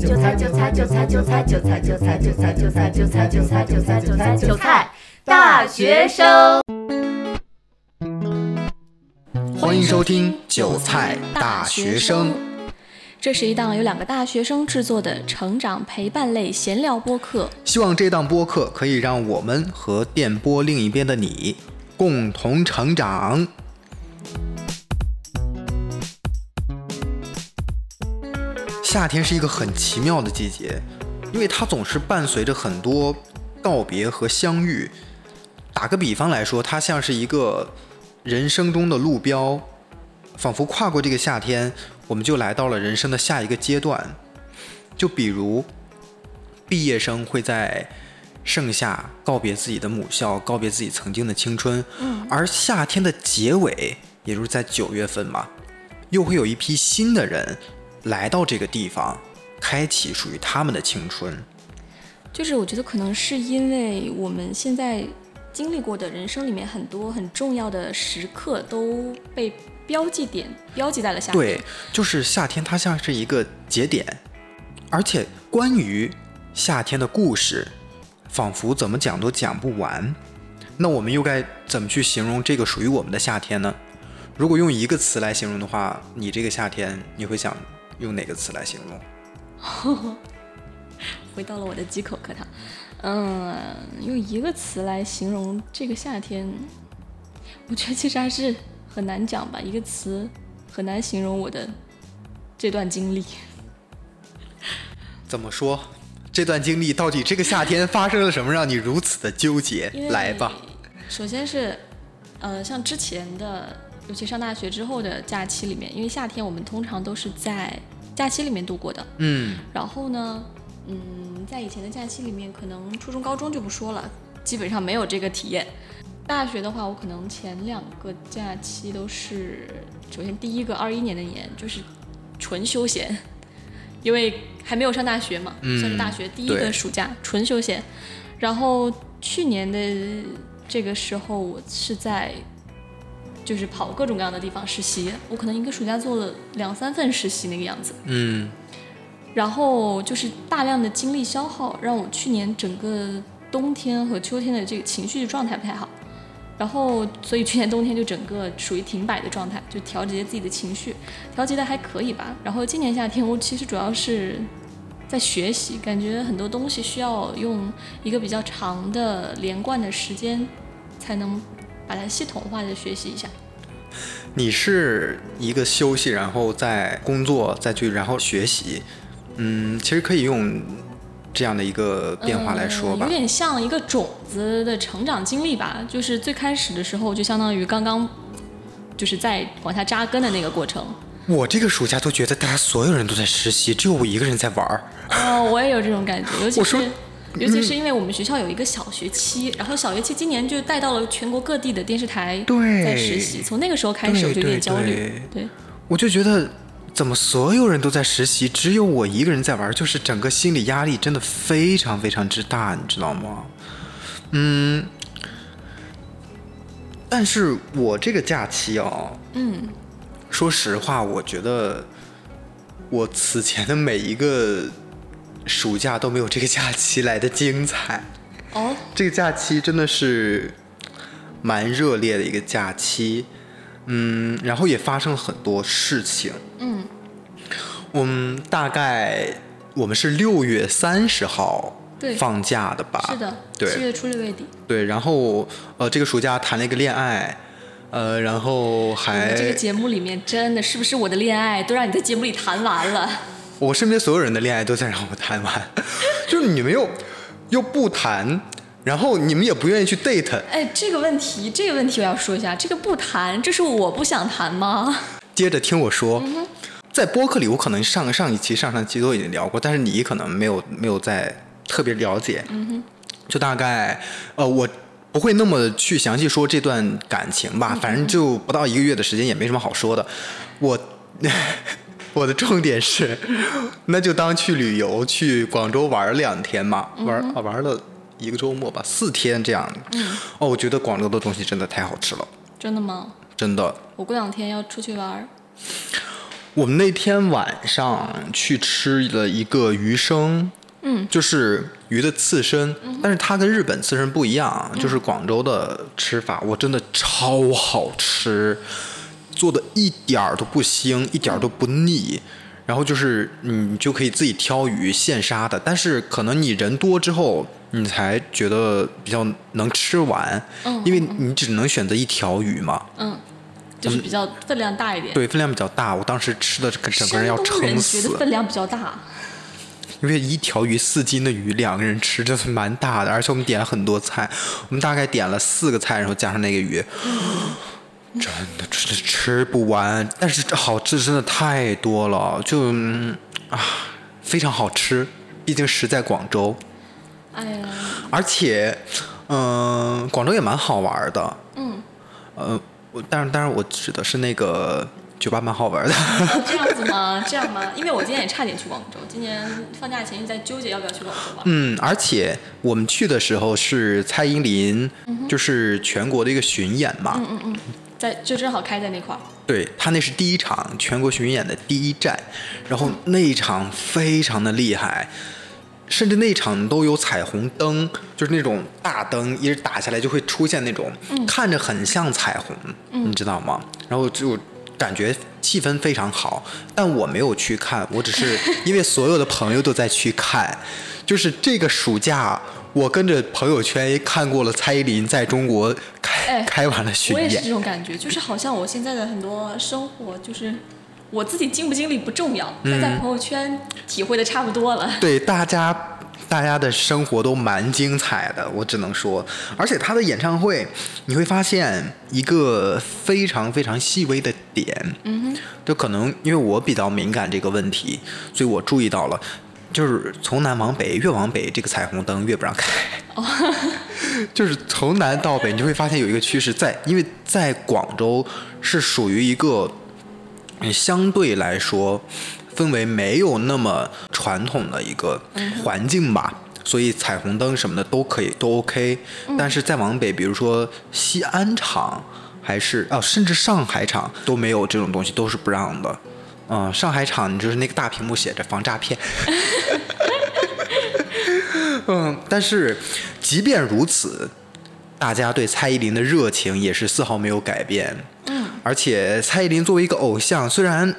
韭菜韭菜韭菜韭菜韭菜韭菜韭菜韭菜韭菜韭菜韭菜韭菜韭菜大学生，欢迎收听《韭菜大学生》。这是一档由两个大学生制作的成长陪伴类闲聊播客。希望这档播客可以让我们和电波另一边的你共同成长。夏天是一个很奇妙的季节，因为它总是伴随着很多告别和相遇。打个比方来说，它像是一个人生中的路标，仿佛跨过这个夏天，我们就来到了人生的下一个阶段。就比如，毕业生会在盛夏告别自己的母校，告别自己曾经的青春，而夏天的结尾，也就是在九月份嘛，又会有一批新的人来到这个地方，开启属于他们的青春。就是我觉得可能是因为我们现在经历过的人生里面很多很重要的时刻都被标记点标记在了下面。对，就是夏天，它像是一个节点，而且关于夏天的故事，仿佛怎么讲都讲不完。那我们又该怎么去形容这个属于我们的夏天呢？如果用一个词来形容的话，你这个夏天你会想用哪个词来形容？回到了我的几口课堂。嗯，用一个词来形容这个夏天，我觉得其实还是很难讲吧，一个词很难形容我的这段经历。怎么说？这段经历到底这个夏天发生了什么，让你如此的纠结因为？来吧，首先是，呃，像之前的，尤其上大学之后的假期里面，因为夏天我们通常都是在假期里面度过的。嗯，然后呢，嗯，在以前的假期里面，可能初中、高中就不说了，基本上没有这个体验。大学的话，我可能前两个假期都是，首先第一个二一年的年就是纯休闲，因为还没有上大学嘛，嗯算是大学第一对个暑假纯休闲。然后去年的这个时候，我是在就是跑各种各样的地方实习，我可能一个暑假做了两三份实习那个样子。嗯，然后就是大量的精力消耗，让我去年整个冬天和秋天的这个情绪状态不太好，然后所以去年冬天就整个属于停摆的状态，就调节自己的情绪，调节的还可以吧。然后今年夏天我其实主要是在学习，感觉很多东西需要用一个比较长的连贯的时间才能把它系统化的学习一下。你是一个休息，然后再工作，再去然后学习，嗯，其实可以用这样的一个变化来说嗯吧有。点像一个种子的成长经历吧。就是最开始的时候，就相当于刚刚就是在往下扎根的那个过程。我这个暑假都觉得大家所有人都在实习，只有我一个人在玩儿。哦，我也有这种感觉，尤其我说嗯是。尤其是因为我们学校有一个小学期，然后小学期今年就带到了全国各地的电视台对在实习，从那个时候开始对我就有点对焦虑。对我就觉得，怎么所有人都在实习，只有我一个人在玩儿，就是整个心理压力真的非常非常之大，你知道吗？嗯，但是我这个假期哦，嗯，说实话，我觉得我此前的每一个暑假都没有这个假期来的精彩。哦，这个假期真的是蛮热烈的一个假期，嗯，然后也发生了很多事情。嗯，我们大概我们是六月三十号对放假的吧？是的，七啊对月初六月底，对。然后呃，这个暑假谈了一个恋爱，呃，然后我还们这个节目里面真的是不是我的恋爱都让你在节目里谈完了？我身边所有人的恋爱都在让我谈完， 就是你们又又不谈，然后你们也不愿意去 date， 哎，这个问题，这个问题我要说一下，这个不谈，这是我不想谈吗？ 接着听我说，在播客里，我可能上上一期、上上期都已经聊过，但是你可能没有没有在特别了解。就大概呃，我不会那么去详细说这段感情吧，反正就不到一个月的时间，也没什么好说的。我 我的重点是，那就当去旅游，去广州玩儿两天嘛，玩、啊玩了一个周末吧，四天这样。哦，我觉得广州的东西真的太好吃了，真的吗？真的。我过两天要出去玩儿，我们那天晚上去吃了一个鱼生，嗯，就是鱼的刺身，但是它跟日本刺身不一样啊，嗯就是广州的吃法，我真的超好吃，做的一点儿都不腥，一点儿都不腻。然后就是你就可以自己挑鱼现杀的，但是可能你人多之后，你才觉得比较能吃完，嗯因为你只能选择一条鱼嘛。嗯，就是比较分量大一点。对，分量比较大，我当时吃的整个人要山撑东人觉得死，分量比较大，因为一条鱼四斤的鱼，两个人吃真的蛮大的，而且我们点了很多菜，我们大概点了四个菜，然后加上那个鱼，真的真的吃不完，但是这好吃真的太多了，就嗯啊非常好吃，毕竟实在广州，哎呀，而且嗯、广州也蛮好玩的，嗯，呃，我但是但是我指的是那个酒吧蛮好玩的。这样子吗？这样吗？因为我今年也差点去广州，今年放假前一直在纠结要不要去广州嘛。嗯，而且我们去的时候是蔡依林，就是全国的一个巡演嘛，嗯嗯，在就正好开在那块儿，对她那是第一场全国巡演的第一站，然后那一场非常的厉害，甚至那一场都有彩虹灯，就是那种大灯一直打下来就会出现那种、看着很像彩虹，你知道吗？然后就感觉气氛非常好，但我没有去看，我只是因为所有的朋友都在去看，就是这个暑假。我跟着朋友圈看过了蔡依林在中国开、哎开完了巡我也演是，这种感觉，就是好像我现在的很多生活，就是我自己经不经历不重要，嗯但在朋友圈体会的差不多了。 对大家，大家的生活都蛮精彩的，我只能说。而且他的演唱会，你会发现一个非常非常细微的点，嗯就可能因为我比较敏感这个问题，所以我注意到了，就是从南往北，越往北这个彩虹灯越不让开。 就是从南到北，你就会发现有一个趋势在，因为在广州是属于一个嗯相对来说氛围没有那么传统的一个环境吧。所以彩虹灯什么的都可以，都 OK。但是再往北，比如说西安场，还是啊，甚至上海场都没有这种东西，都是不让的。嗯，上海场你就是那个大屏幕写着“防诈骗”，嗯，但是即便如此，大家对蔡依林的热情也是丝毫没有改变。嗯，而且蔡依林作为一个偶像，虽然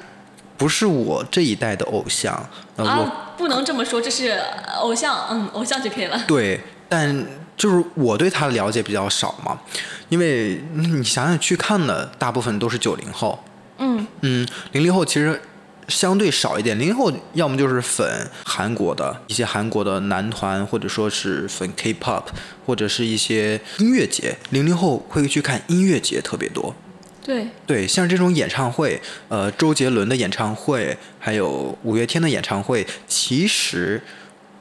不是我这一代的偶像，呃，我啊，不能这么说，这是呃偶像，嗯，偶像就可以了。对，但就是我对她的了解比较少嘛，因为嗯你想想去看的大部分都是九零后，嗯，嗯，零零后其实相对少一点，零零后要么就是粉韩国的一些韩国的男团，或者说是粉 K-pop，或者是一些音乐节，零零后会去看音乐节特别多。对，对，像这种演唱会，呃，周杰伦的演唱会，还有五月天的演唱会，其实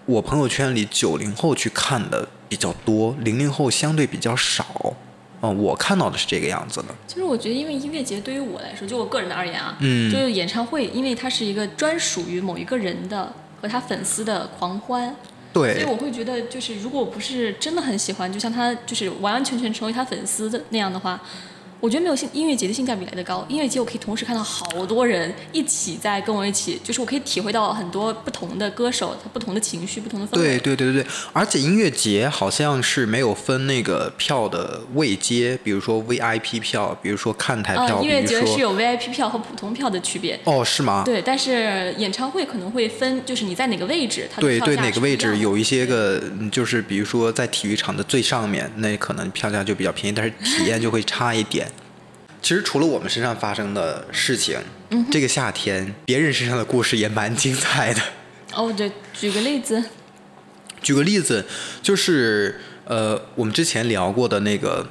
我朋友圈里九零后去看的比较多，零零后相对比较少。嗯、我看到的是这个样子的。其实我觉得，因为音乐节对于我来说，就我个人的而言啊，嗯就是演唱会，因为它是一个专属于某一个人的和他粉丝的狂欢，所以对，我会觉得，就是如果我不是真的很喜欢，就像他就是完完全全成为他粉丝的那样的话，我觉得没有性音乐节的性价比来的高。音乐节我可以同时看到好多人一起在跟我一起，就是我可以体会到很多不同的歌手他不同的情绪、不同的氛对围。对对对对，而且音乐节好像是没有分那个票的位阶，比如说 VIP 票，比如说看台呃票，，音乐比节如是说有 VIP 票和普通票的区别。哦，是吗？对，但是演唱会可能会分，就是你在哪个位置，它的对票对，价哪是个不位一样置的有一些个，嗯就是比如说在体育场的最上面，那可能票价就比较便宜， 但是体验就会差一点。其实除了我们身上发生的事情，嗯这个夏天别人身上的故事也蛮精彩的。哦，对，举个例子，举个例子，就是呃，我们之前聊过的那个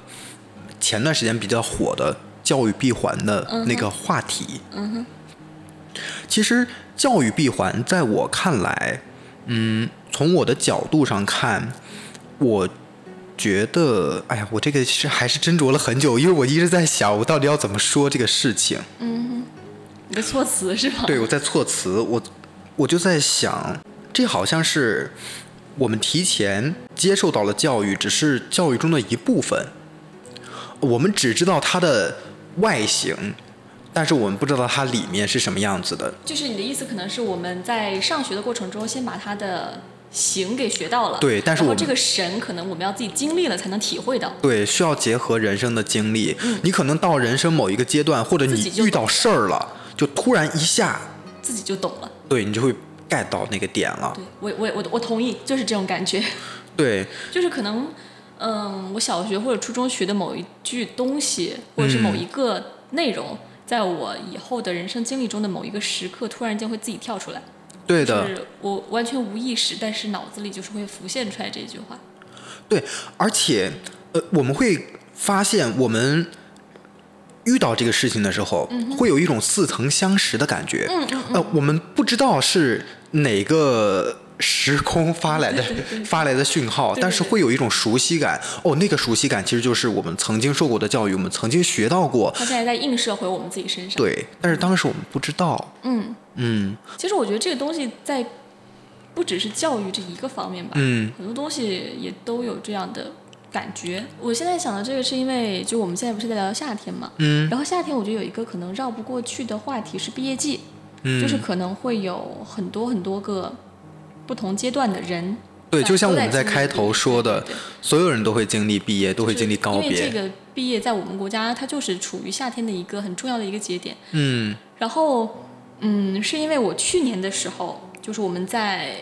前段时间比较火的教育闭环的那个话题。嗯哼。其实教育闭环在我看来，嗯，从我的角度上看，我。觉得，哎呀，我这个是还是斟酌了很久，因为我一直在想，我到底要怎么说这个事情。你的措辞是 吧？对，我在措辞，我我就在想，这好像是我们提前接受到了教育，只是教育中的一部分。我们只知道它的外形，但是我们不知道它里面是什么样子的。就是你的意思，可能是我们在上学的过程中，先把它的形给学到了。对但是然我后们这个神，可能我们要自己经历了才能体会到。对，需要结合人生的经历。你可能到人生某一个阶段，或者嗯自己你就遇到事儿了，就突然一下，自己就懂了。对你就会 get 到那个点了对。我，我，我，我同意，就是这种感觉，对，就是可能，嗯，我小学或者初中学的某一句东西，或者是嗯某一个内容，在我以后的人生经历中的某一个时刻，突然间会自己跳出来，对就的。是我完全无意识，但是脑子里就是会浮现出来这句话。对，而且呃，我们会发现我们遇到这个事情的时候，嗯会有一种似曾相识的感觉。嗯嗯呃，我们不知道是哪个。时空发来的发来的讯号，对但对是对会有一种熟悉感。哦，那个熟悉感其实就是我们曾经受过的教育，我们曾经学到过。它现在在映射回我们自己身 上。对，但是当时我们不知道。嗯，嗯其实我觉得这个东西在不只是教育这一个方面吧，嗯很多东西也都有这样的感觉。我现在想的这个是因为，就我们现在不是在聊夏天嘛，嗯然后夏天我觉得有一个可能绕不过去的话题是毕业季，嗯，就是可能会有很多很多个不同阶段的人在。对，就像我们都在在经历开毕业头说对的对对，所有人都会经历毕业，都会经历告因为别。这个毕业在我们国家，它就是处于夏天的一个很重要的一个节点。嗯然后，嗯，是因为我去年的时候，就是我们在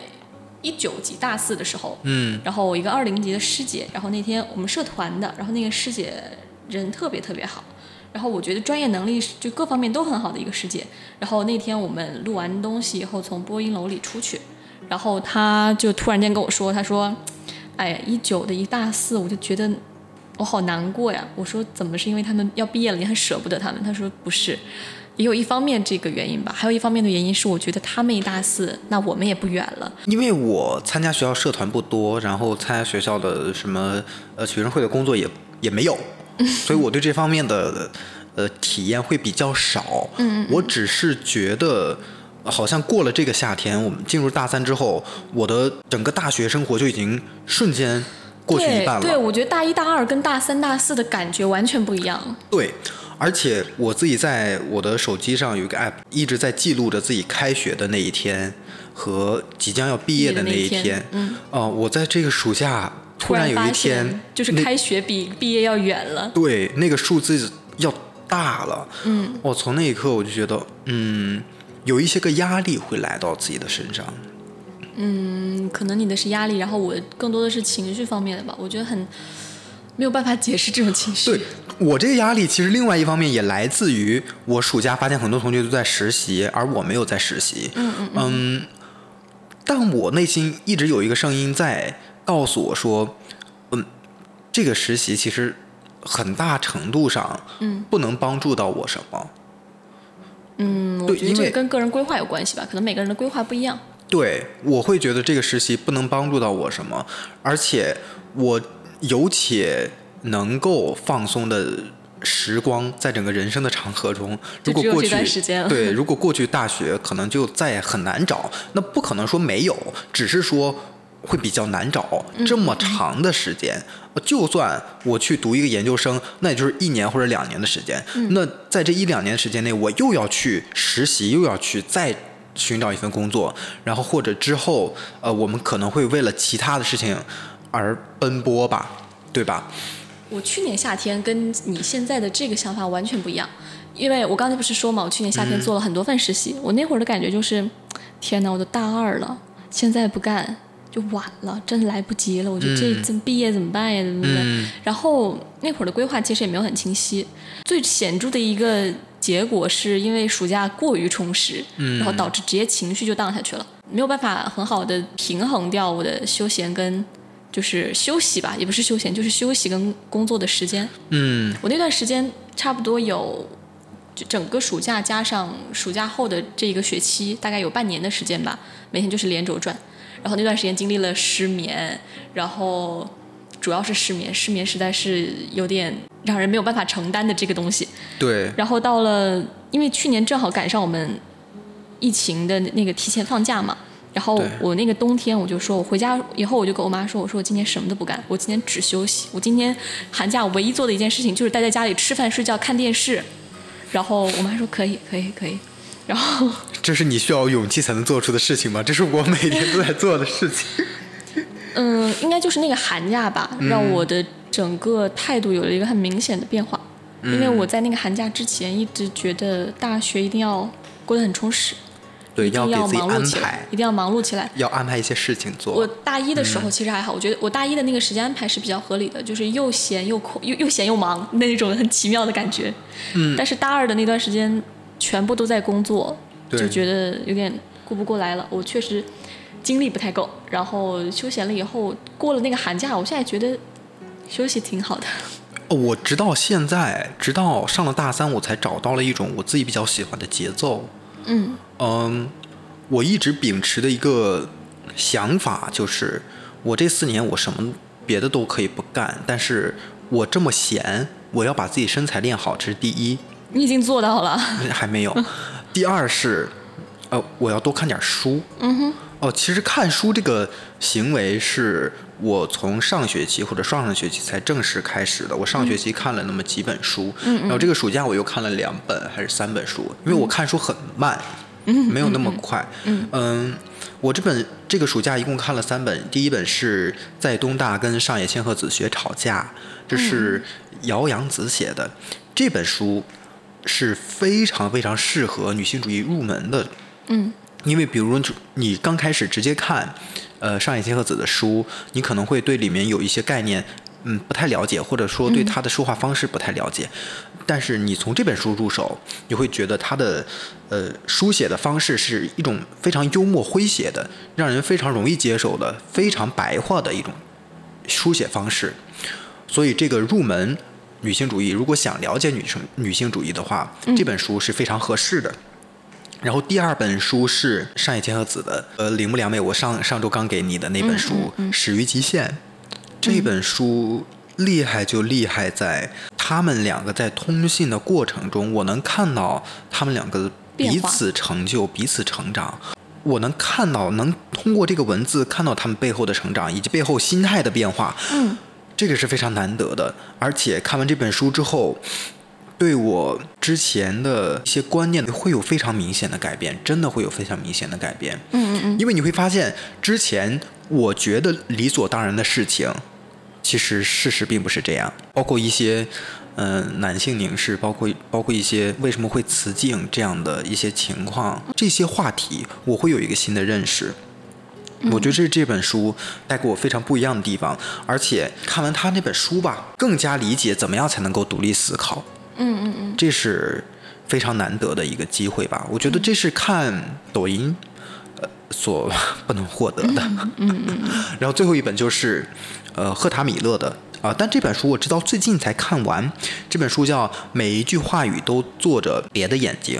一九级大四的时候，嗯然后我一个二零级的师姐，然后那天我们社团的，然后那个师姐人特别特别好，然后我觉得专业能力是就各方面都很好的一个师姐。然后那天我们录完东西以后，从播音楼里出去，然后她就突然间跟我说，她说：“哎呀，一九的一大四，我就觉得我好难过呀。”我说：“怎么是因为他们要毕业了，你很舍不得他们？”她说：“不是。”也有一方面这个原因吧，还有一方面的原因是，我觉得他们一大四，那我们也不远了，因为我参加学校社团不多，然后参加学校的什么呃学生会的工作也也没 有，所以我对这方面的呃体验会比较少。嗯，我只是觉得。呃好像过了这个夏天，我们进入大三之后，我的整个大学生活就已经瞬间过去一半了。对，对，我觉得大一大二跟大三大四的感觉完全不一样。对，而且我自己在我的手机上有一个 app，一直在记录着自己开学的那一天和即将要毕业的那一毕业的那一天嗯，呃，我在这个暑假突然有一发天，现，就是那开学比毕业要远了。对那个数字要大了，嗯，我从那一刻我就觉得，嗯，有一些个压力会来到自己的身上，嗯，可能你的是压力，然后我更多的是情绪方面的吧。我觉得很没有办法解释这种情绪。对我这个压力，其实另外一方面也来自于我暑假发现很多同学都在实习，而我没有在实习。嗯嗯但我内心一直有一个声音在告诉我说，嗯，这个实习其实很大程度上，嗯，不能帮助到我什么。嗯，我对觉得因这个为跟个人规划有关系吧，可能每个人的规划不一样。对，我会觉得这个实习不能帮助到我什么，而且我有且能够放松的时光，在整个人生的长河中，就如果只有过这去段时 间了对，如果过去大学可能就再也很难找，那不可能说没有，只是说。会比较难找嗯这么长的时间，呃就算我去读一个研究生，那也就是一年或者两年的时间。嗯那在这一两年时间内，我又要去实习，又要去再寻找一份工作，然后或者之后，呃，我们可能会为了其他的事情而奔波吧，对吧？我去年夏天跟你现在的这个想法完全不一样，因为我刚才不是说嘛，我去年夏天做了很多份实习，我那会儿的感觉就是，天哪，我都大二了，现在不干就晚了，真来不及了，我觉得这这毕业怎么办呀，对不对？嗯然后那会儿的规划其实也没有很清晰，最显著的一个结果是因为暑假过于充实，嗯然后导致职业情绪就荡下去了，没有办法很好的平衡掉我的休闲跟就是休息吧，也不是休闲，就是休息跟工作的时间。嗯我那段时间差不多有，就整个暑假加上暑假后的这一个学期，大概有半年的时间吧，每天就是连轴转。然后那段时间经历了失眠，然后主要是失眠，失眠实在是有点让人没有办法承担的这个东西。，对，然后到了，因为去年正好赶上我们疫情的那个提前放假嘛，然后对我那个冬天我就说，我回家以后我就跟我妈说，我说我今年什么都不干，我今年只休息，我今年寒假唯一做的一件事情就是待在家里吃饭、睡觉、看电视。然后我妈说可以，可以，可以。然后这是你需要勇气才能做出的事情吗？这是我每天都在做的事情。嗯，应该就是那个寒假吧，让我的整个态度有了一个很明显的变化。因为我在那个寒假之前一直觉得大学一定要过得很充实， 对，一定要给要自己忙碌安起来排，，嗯一定要忙碌起来。要安排一些事情做。我大一的时嗯候其实还好，我觉得我大一的那个时间安排是比较合理的，就是又闲又空，又又闲又忙那种很奇妙的感觉。嗯，但是大二的那段时间全部都在工作，对就觉得有点顾不过来了。我确实精力不太够，然后休闲了以后，过了那个寒假，我现在觉得休息挺好的。哦我直到现在，直到上了大三，我才找到了一种我自己比较喜欢的节奏。嗯嗯，我一直秉持的一个想法就是，我这四年我什么别的都可以不干，但是我这么闲，我要把自己身材练好，这是第一，你已经做到了，还没有。第二是，呃，我要多看点书。嗯哼。哦，其实看书这个行为是我从上学期或者上上学期才正式开始的。我上学期看了那么几本书，然后这个暑假我又看了两本还是三本书，因为我看书很慢，没有那么快。嗯我这本这个暑假一共看了三本，第一本是在东大跟上野千鹤子学吵架，这是姚洋子写的、这本书。是非常非常适合女性主义入门的嗯因为比如就你刚开始直接看，呃，上野千鹤子的书，你可能会对里面有一些概念，嗯，不太了解，或者说对她的说话方式不太了解。但是你从这本书入手，你会觉得她的呃书写的方式是一种非常幽默诙谐的，让人非常容易接受的，非常白话的一种书写方式。所以这个入门女性主义，如果想了解女生女性主义的话，这本书是非常合适的。然后第二本书是上野千鹤子的，呃，铃木良美，我上上周刚给你的那本书《始于极限》。这本书厉害就厉害在他们两个在通信的过程中，我能看到他们两个彼变化此成就、彼此成长。我能看到，能通过这个文字看到他们背后的成长，以及背后心态的变化。嗯，这个是非常难得的。而且看完这本书之后，对我之前的一些观念会有非常明显的改变，真的会有非常明显的改变。嗯嗯嗯，因为你会发现，之前我觉得理所当然的事情，其实事实并不是这样。包括一些，嗯、男性凝视，包括包括一些为什么会雌竞这样的一些情况，这些话题，我会有一个新的认识。嗯我觉得这是这本书带给我非常不一样的地方，而且看完他那本书吧，更加理解怎么样才能够独立思考。嗯嗯嗯，这是非常难得的一个机会吧。我觉得这是看抖音，呃，所 不能获得的。 然后最后一本就是，呃，赫塔米勒的啊、但这本书我直到最近才看完。这本书叫《每一句话语都做着别的眼睛》，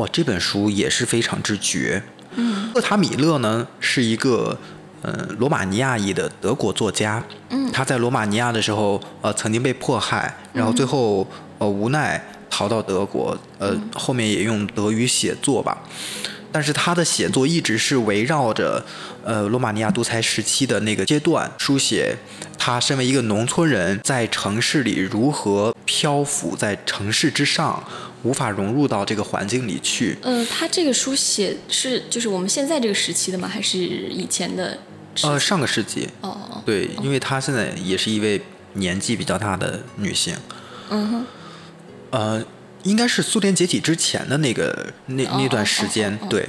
哇，这本书也是非常之绝。嗯，赫塔米勒呢是一个。呃，罗马尼亚裔的德国作家，嗯，他在罗马尼亚的时候，呃，曾经被迫害，然后最后呃无奈逃到德国，呃，后面也用德语写作吧，但是他的写作一直是围绕着呃罗马尼亚独裁时期的那个阶段，书写他身为一个农村人在城市里如何漂浮在城市之上，无法融入到这个环境里去。呃，他这个书写是就是我们现在这个时期的吗？还是以前的时期？呃，上个世纪，哦哦哦，对，因为她现在也是一位年纪比较大的女性，嗯哼。呃，应该是苏联解体之前的那个那哦那段时间，哦哦哦对。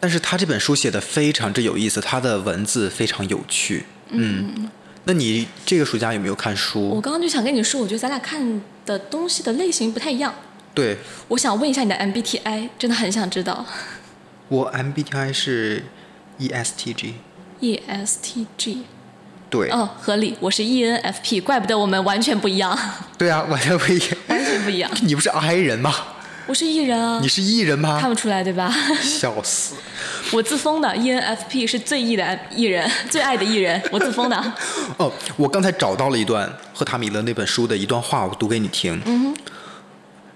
但是他这本书写的非常之有意思，他的文字非常有趣。嗯，那你这个暑假有没有看我书？刚刚就想跟你说，我觉得咱俩看的东西的类型不太一样。对，我想问一下你的 MBTI，真的很想知道。我 MBTI 是 E ESTG。E ESTG，对，哦，合理，我是 ENFP，怪不得我们完全不一样，对啊，完全不一样。完全不一样。 你不是 I 人吗？我是 E 人啊你，是 E 人吗看？不出来对吧？ 笑死！我自封的，E ENFP 是最 E 的 E 人，最爱的 E 人，我自封的。哦，我刚才找到了一段赫塔米勒那本书的一段话，我读给你听。嗯、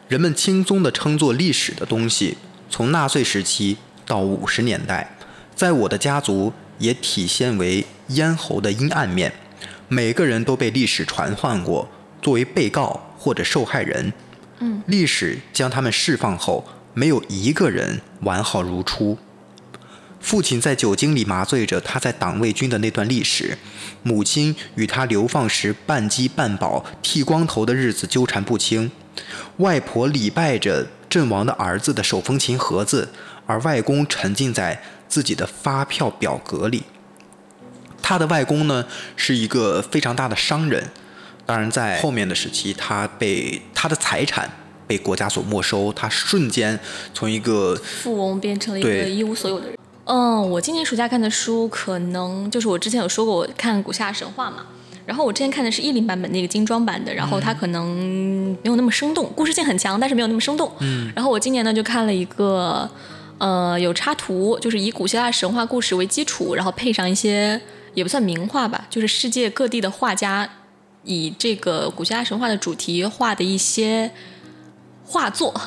人们轻松地称作历史的东西，从纳粹时期到五十年代，在我的家族也体现为咽喉的阴暗面。每个人都被历史传唤过，作为被告或者受害人。嗯，历史将他们释放后，没有一个人完好如初。父亲在酒精里麻醉着他在党卫军的那段历史，母亲与他流放时半饥半饱、剃光头的日子纠缠不清，外婆礼拜着阵亡的儿子的手风琴盒子，而外公沉浸在自己的发票表格里。他的外公呢是一个非常大的商人，当然在后面的时期，他被他的财产被国家所没收，他瞬间从一个富翁变成了一个对一无所有的人。嗯，我今年暑假看的书，可能就是我之前有说过，我看《古夏神话》嘛。然后我之前看的是译林版本那个精装版的，然后它可能没有那么生动，故事性很强，但是没有那么生动。嗯。然后我今年呢就看了一个，呃，有插图，就是以古希腊神话故事为基础，然后配上一些也不算名画吧，就是世界各地的画家以这个古希腊神话的主题画的一些画作，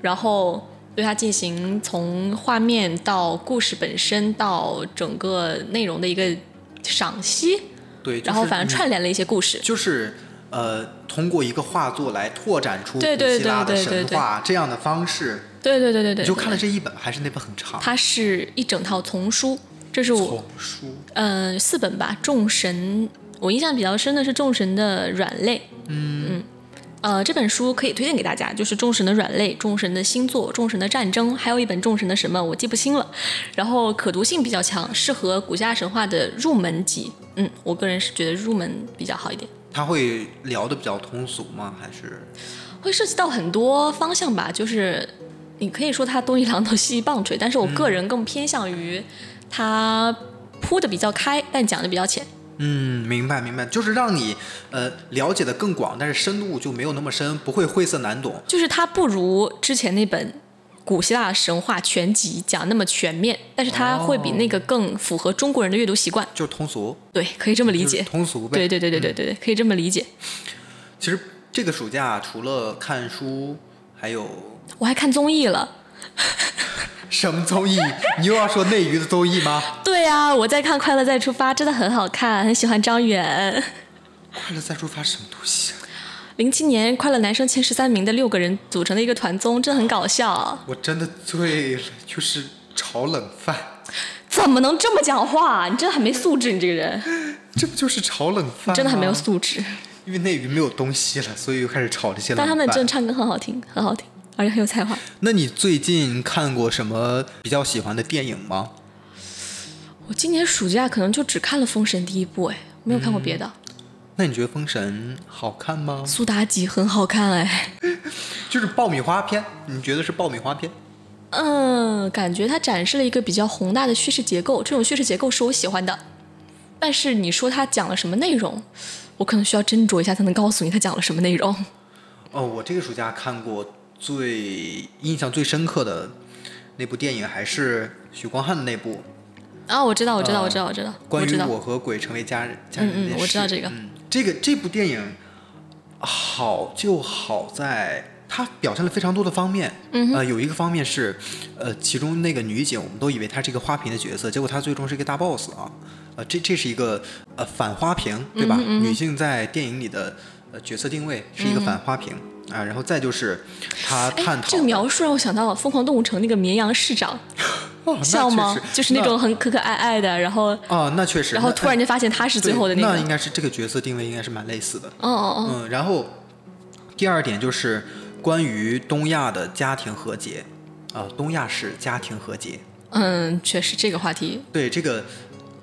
然后对它进行从画面到故事本身到整个内容的一个赏析，对，然后反正串联了一些故事。就是呃，通过一个画作来拓展出古对对希腊的对对对神对话这样的方式。对对对对对，你就看了对，这一本，还是那本很长？它是一整套丛书，这是我丛书，嗯、呃、四本吧，众神，我印象比较深的是众神的软肋，嗯呃这本书可以推荐给大家，就是众神的软肋、众神的星座、众神的战争，还有一本众神的什么我记不清了，然后可读性比较强，适合古希腊神话的入门级，嗯，我个人是觉得入门比较好一点。他会聊的比较通俗吗？还是会涉及到很多方向吧，就是你可以说它东一榔头西一棒槌，但是我个人更偏向于它铺的比较开，但讲的比较浅。嗯，明白明白，就是让你呃了解的更广，但是深度就没有那么深，不会晦涩难懂。就是它不如之前那本《古希腊神话全集》讲那么全面，但是哦它会比那个更符合中国人的阅读习惯。就是通俗，对，可以这么理就是解。通俗呗。对对对对对对，对可以这么理解。其实这个暑假除了看书，还有 我还看综艺了。什么综艺？你又要说内娱的综艺吗？对啊，我在看《快乐再出发》，真的很好看，很喜欢张远。快乐再出发什么东西、啊？零七年快乐男生前十三名的六个人组成的一个团综，真的很搞笑。我真的醉了，就是炒冷饭，怎么能这么讲话？啊你真的很没素质，你这 个人这不就是炒冷饭？真的很没有，素质。因为内娱没有东西了，所以又开始炒这些冷但饭。他们真的唱歌很好听，很好听，而且很有才华。那你最近看过什么比较喜欢的电影吗？我今年暑假可能就只看了《封神》第一部，哎，没有看过别的。嗯那你觉得《封神》好看吗？苏妲己很好看，哎，就是爆米花片，你觉得是爆米花片？嗯，感觉它展示了一个比较宏大的叙事结构，这种叙事结构是我喜欢的。但是你说它讲了什么内容，我可能需要斟酌一下才能告诉你它讲了什么内容。哦，我这个暑假看过最印象最深刻的那部电影还是许光汉的那部啊，我知道，我知道，呃我知道，我知道，关我于知道。我和鬼成为家人家人嗯嗯这件我知道事这个嗯，这个这部电影好就好在它表现了非常多的方面。嗯、呃，有一个方面是，呃，其中那个女警，我们都以为她是一个花瓶的角色，结果她最终是一个大 boss 啊。呃，这这是一个呃反花瓶，嗯对吧？女性在电影里的呃角色定位是一个反花瓶。啊，然后再就是她嗯哎探讨这个描述让我想到了《疯狂动物城》那个绵羊市长，哦那笑确吗实？就是那种很可可爱爱的，然后啊，那确实，然后那突然间发现他是最后的对那那个。应该是这个角色定位应该是蛮类似的。哦哦嗯，然后第二点就是关于东亚的家庭和解，啊、东亚式家庭和解。哦，嗯，确实这个话题，对这个，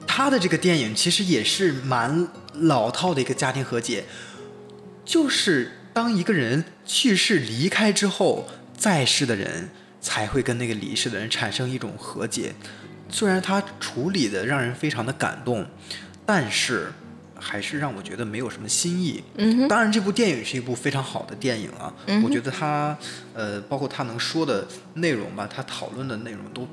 他的这个电影其实也是蛮老套的一个家庭和解，就是当一个人去世离开之后，在世的人才会跟那个离世的人产生一种和解。虽然他处理的让人非常的感动，但是还是让我觉得没有什么新意。嗯哼，当然，这部电影是一部非常好的电影啊，嗯哼我觉得它呃，包括它能说的内容吧，它讨论的内容都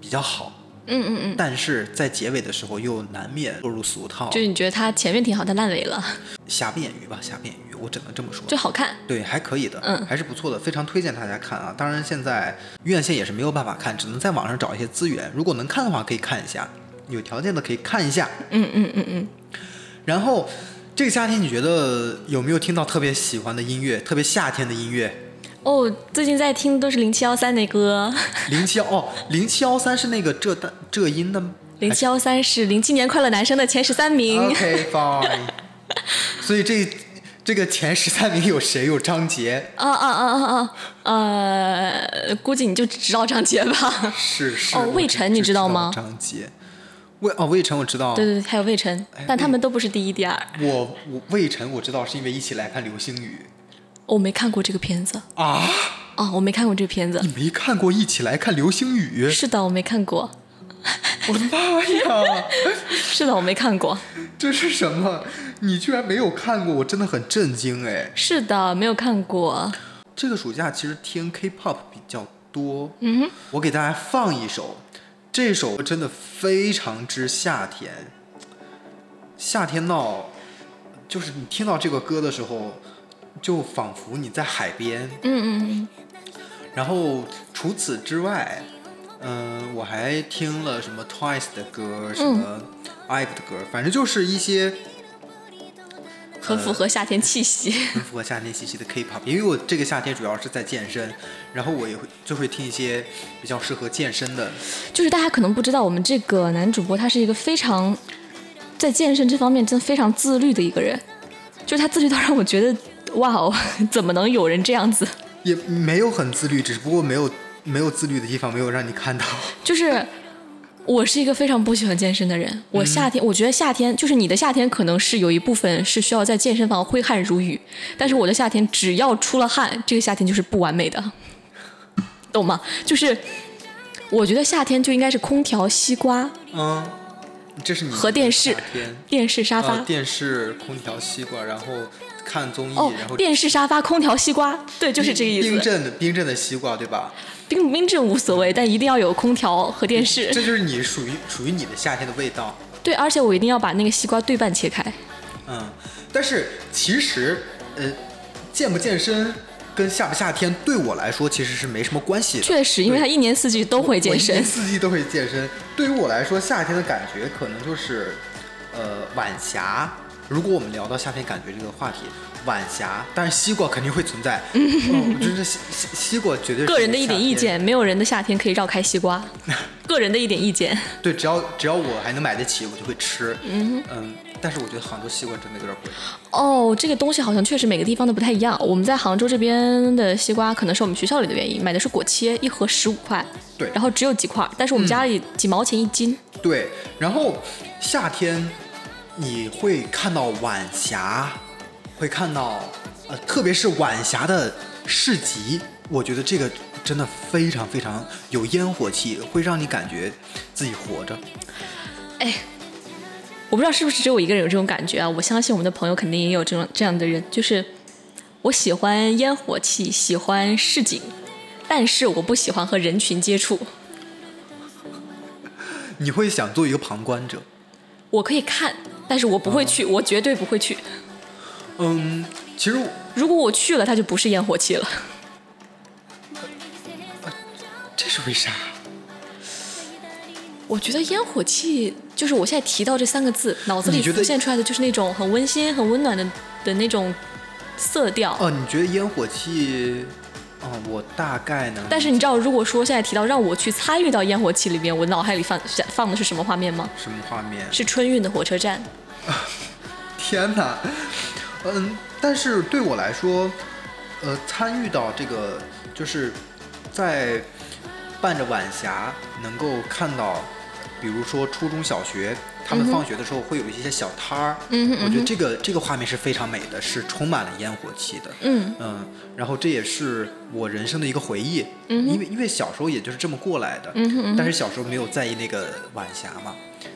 比较好，嗯嗯嗯，但是在结尾的时候又难免落入俗套，就是你觉得他前面挺好，但烂尾了， 瑕不掩瑜吧，瑕不掩瑜，我只能这么说。就好看。对，还可以的，嗯还是不错的，非常推荐大家看啊！当然，现在院线也是没有办法看，只能在网上找一些资源。如果能看的话，可以看一下，有条件的可以看一下。嗯嗯嗯嗯，然后，这个夏天你觉得有没有听到特别喜欢的音乐，特别夏天的音乐？哦，最近在听的都是零七幺三的 歌， 零七哦，零七幺三是那个浙大浙音的吗零七幺三是零七年快乐男生的前十三名。啊 OK fine。所以这这个前十三名有谁？有张杰，啊啊啊啊啊！呃，估计你就只知道张杰吧？是是。哦我魏只晨你只知道吗张杰，魏哦，哎魏晨我知道。对对对，还有魏晨，但他们都不是第一、第二。我我魏晨我知道是因为一起来看流星雨哦我没看过这个片子啊，啊、我没看过这个片子你。没看过一起来看流星雨？是的，我没看过。我的妈呀，是的，我没看过。这是什么？你居然没有看过，我真的很震惊哎！是的，没有看过。这个暑假其实听 K-pop 比较多，嗯哼，我给大家放一首，这首真的非常之夏天。夏天到，就是你听到这个歌的时候，就仿佛你在海边。嗯嗯然后除此之外，嗯、我还听了什么 Twice 的歌，什么 IVE 的歌，反正就是一些嗯，很符合夏天气息。很符合夏天气息的 K-pop，因为我这个夏天主要是在健身，然后我也会就会听一些比较适合健身的。就是大家可能不知道，我们这个男主播他是一个非常在健身这方面真的非常自律的一个人，就是他自律到让我觉得，哇哦， 怎么能有人这样子？也没有很自律，只不过没有没有自律的地方没有让你看到。就是我是一个非常不喜欢健身的人，我夏天、我觉得夏天就是你的夏天可能是有一部分是需要在健身房挥汗如雨，但是我的夏天只要出了汗，这个夏天就是不完美的，懂吗？就是我觉得夏天就应该是空调、西瓜、嗯，这是你和电视夏天、电视、沙发。呃、电视、空调、西瓜，然后看综艺，哦然后，电视、沙发、空调、西瓜，对，就是这个意冰思。镇的冰镇的西瓜，对吧？冰冰镇无所谓，但一定要有空调和电视这。就是你属于属于你的夏天的味道。对，而且我一定要把那个西瓜对半切开。嗯，但是其实，呃，健不健身跟夏不夏天对我来说其实是没什么关系的。确实，因为他一年四季都会我健一年身。四季都会健身。对于我来说，夏天的感觉可能就是，呃，晚霞。如果我们聊到夏天感觉这个话题，晚霞，但是西瓜肯定会存 在。嗯，真是西西西瓜绝对是个人的一点夏天意。见，没有人的夏天可以绕开 西瓜。个人的一点意见，对，只要只要我还能买得起，我就会吃。嗯但是我觉得杭州西瓜真的有点贵。哦，这个东西好像确实每个地方都不太一样。我们在杭州这边的西瓜，可能是我们学校里的原因，买的是果切，一盒十五块，对嗯然后只有几块，但是我们家里几毛钱一斤。对，然后夏天你会看到晚霞，会看到呃，特别是晚霞的市集，我觉得这个真的非常非常有烟火气，会让你感觉自己活着。我不知道是不是只有我一个人有这种感觉啊！我相信我们的朋友肯定也有这种这样的人，就是我喜欢烟火气，喜欢市井，但是我不喜欢和人群接触。你会想做一个旁观者。我可以看，但是我不会啊去，我绝对不会去。嗯，其实我如果我去了，它就不是烟火气了。这是为啥？我觉得烟火气就是我现在提到这三个字，脑子里你觉得浮现出来的就是那种很温馨、很温暖的的那种色调。哦、你觉得烟火气？哦、我大概能。但是你知道，如果说现在提到让我去参与到烟火气里面，我脑海里放放的是什么画面吗？什么画面？是春运的火车站。 天哪，嗯，但是对我来说，呃，参与到这个就是在伴着晚霞，能够看到，比如说初中小学，他们放学的时候会有一些小摊儿，嗯哼我觉得这个这个画面是非常美的，是充满了烟火气的，嗯嗯，然后这也是我人生的一个回忆，嗯因为因为小时候也就是这么过来的，但是小时候没有在意那个晚霞嘛，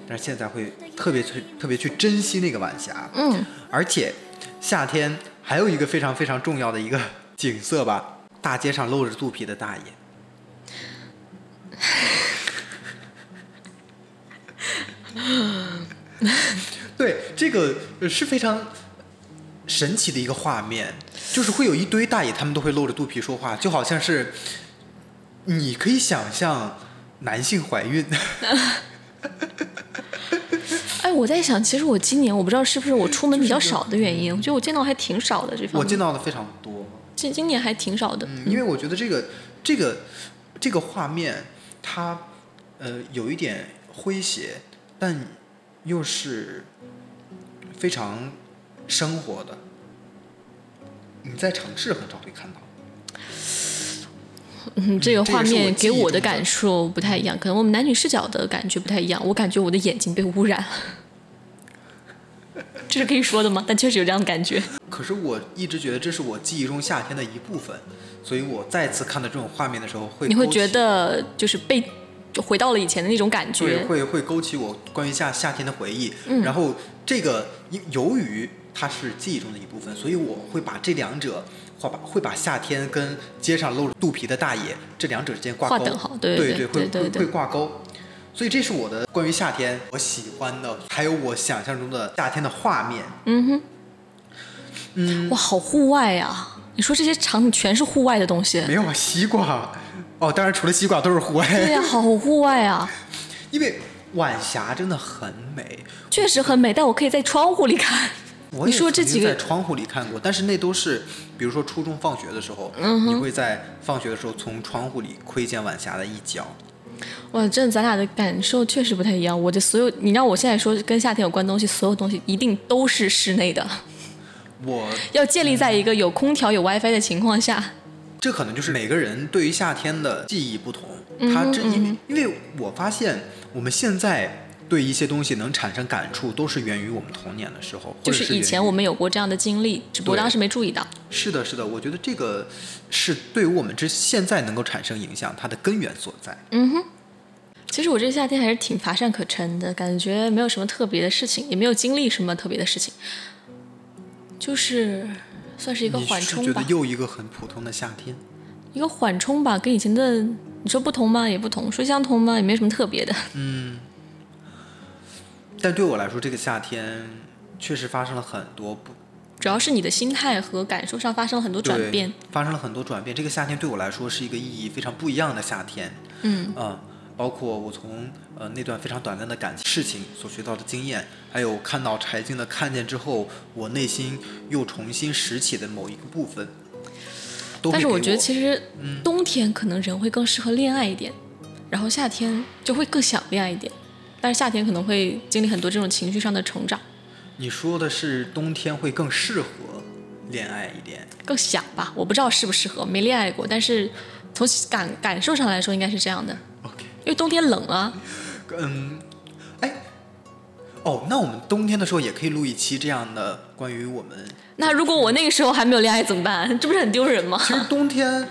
但是现在会特别去特别去珍惜那个晚霞，嗯，而且夏天还有一个非常非常重要的一个景色吧，大街上露着肚皮的大爷，对，这个呃是非常神奇的一个画面，就是会有一堆大爷，他们都会露着肚皮说话，就好像是你可以想象男性怀孕， 哎，我在想，其实我今年我不知道是不是我出门比较少的原因，我觉得我见到还挺少的这方面。我见到的非常多，今今年还挺少的。嗯因为我觉得这个这个这个画面，它呃有一点诙谐，但又是非常生活的。你在城市很少会看到，嗯，这个这个画是我面记忆给我中的的感受不太一样，可能我们男女视角的感觉不太一样。我感觉我的眼睛被污染了，这是可以说的吗？但确实有这样的感觉。可是我一直觉得这是我记忆中夏天的一部分，所以我再次看到这种画面的时候会你会勾觉起得就是被就回到了以前的那种感对，觉。会会勾起我关于夏夏天的回忆。嗯然后这个因由于它是记忆中的一部分，所以我会把这两者会把会把夏天跟街上露着肚皮的大爷这两者之间挂钩，划等号对对对会对对对会会挂钩。所以这是我的关于夏天我喜欢的，还有我想象中的夏天的画面。嗯哼，嗯哇，好户外呀、你说这些场景全是户外的东西，没有啊，西瓜哦，当然除了西瓜都是户对外，呀、好户外啊，因为晚霞真的很美。确实很美。但我可以在窗户里看，我你也说曾这经几个在窗户里看过，但是那都是，比如说初中放学的时候，嗯你会在放学的时候从窗户里窥见晚霞的一角。 哇，真的，咱俩的感受确实不太一样。我的所有，你让我现在说跟夏天有关的东西，所有东西一定都是室内的，我 要建立在一个有空调、有 WiFi 的情况下。这可能就是每个人对于夏天的记忆不同，嗯他这因为因为我发现我们现在对一些东西能产生感触，都是源于我们童年的时候，就或者是以源前于我们有过这样的经历，只不过对当时没注意到。是的，是的，我觉得这个是对于我们这现在能够产生影响，它的根源所在。嗯哼，其实我这夏天还是挺乏善可陈的，感觉没有什么特别的事情，也没有经历什么特别的事情，就是算是一个你缓是觉冲得吧，又一个很普通的夏天？一个缓冲吧，跟以前的你说不同吗？也不同，说相同吗？也没什么特别的。但对我来说，这个夏天确实发生了很多不主要是你的心态和感受上发生了很多转对变。发生了很多转变。这个夏天对我来说是一个意义非常不一样的夏天。嗯嗯，包括我从呃那段非常短暂的感情事情所学到的经验，还有看到柴静的看见之后，我内心又重新拾起的某一个部分。都会但是给我我嗯觉得其实冬天可能人会更适合恋爱一点，然后夏天就会更想恋爱一点，但是夏天可能会经历很多这种情绪上的成长，你说的是冬天会更适合恋爱一点。更想吧。我不知道适不适合，没恋爱过，但是从感感受上来说应该是这样的， OK，因为冬天冷啊，嗯，哎，哦，那我们冬天的时候也可以录一期这样的关于我们那如果我那个时候还没有恋爱怎么办？ 这不是很丢人吗？其实冬天，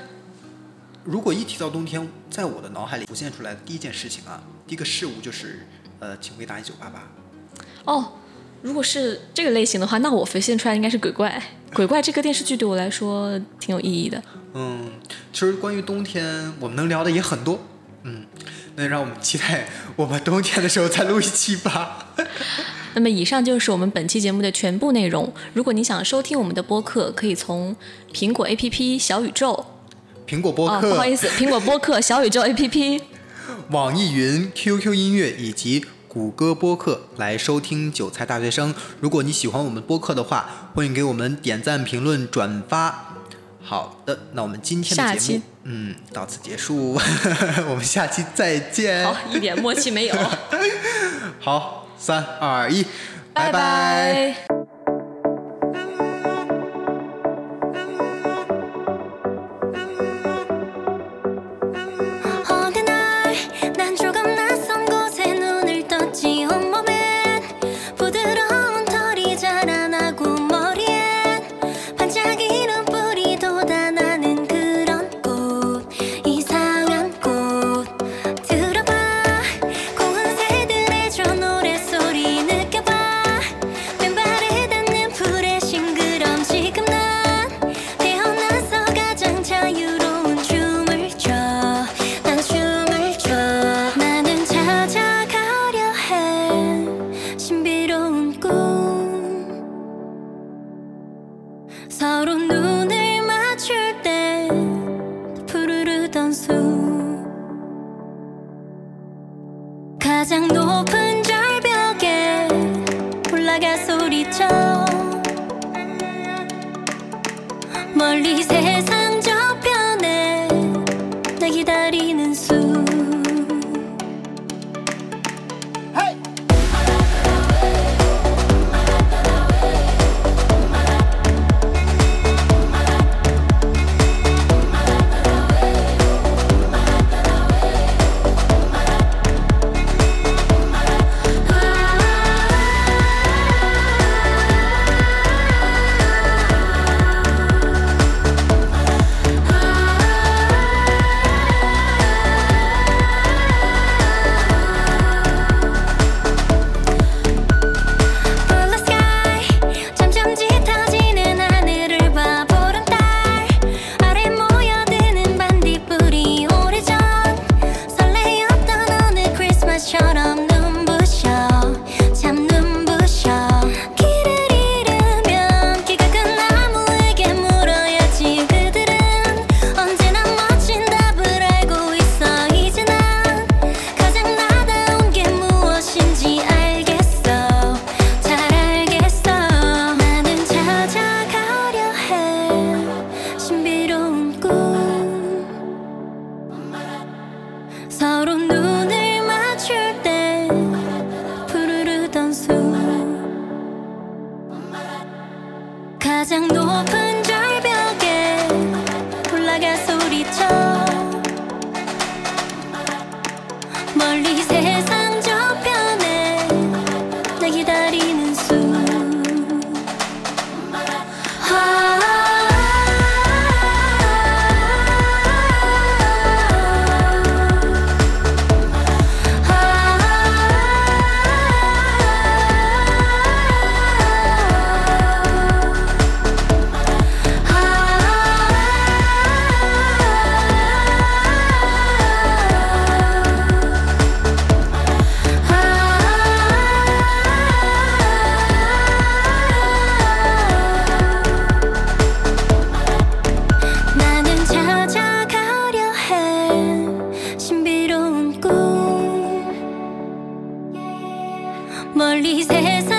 如果一提到冬天，在我的脑海里浮现出来的第一件事情啊，第一个事物就是，呃，请回答一九八八。哦，如果是这个类型的话，那我浮现出来应该是鬼怪。鬼怪这个电视剧对我来说挺有意义的。嗯，其实关于冬天，我们能聊的也很多。嗯，那让我们期待我们冬天的时候再录一期吧。 那么以上就是我们本期节目的全部内容。如果你想收听我们的播客，可以从苹果 APP 小宇宙苹果播哦，客、不好意思，苹果播客小宇宙 APP。网易云、QQ 音乐以及谷歌播客来收听《韭菜大学生》。如果你喜欢我们播客的话，欢迎给我们点赞、评论、转发。好的，那我们今天下的节期目，嗯，到此结束， 我们下期再见。好，哦一点默契没有。好，三二一，拜拜拜 어느날난 조금 낯선 곳에 눈을 떴지 온몸엔 부드러운 털이 자라나고 머리엔 반짝이는 뿌리 돋아나는 그런 꽃 이상한 꽃 들어봐 고운 새들의 저 노랫소리 느껴봐 맨발에 닿는 풀의 싱그럼 지금 난 태어나서 가장 자유로운 춤을 춰 난 춤을 춰 나는 찾아가려 해 신비로운 꿈 서로 눈을 맞출 때 푸르르던 숲 가장 높은 절벽에 올라가 소리쳐 멀리 세상 저편에 나 기다리는 수 Blue sky 점점 짙어지는 하늘을 봐 보름달 아래 모여드는 반딧불이 오래전 설레였던 어느 크리스마스처럼 눈부셔 참 눈부셔 길을 잃으면 길 가끔 나무에게 물어야지 그들은 언제나 멋진 답을 알고 있어 이제 난 가장 나다운 게 무엇인지 알겠어 잘 알겠어 나는 찾아가려 해 신비로운 꿈 서로 눈을 맞출 때 푸르르던 숨 가장 높은 절벽에 올라가 소리쳐 멀리 세상 저편에 나 기다리는 수 아. 나는 찾아가려 해 신비로운 꿈 멀리 세상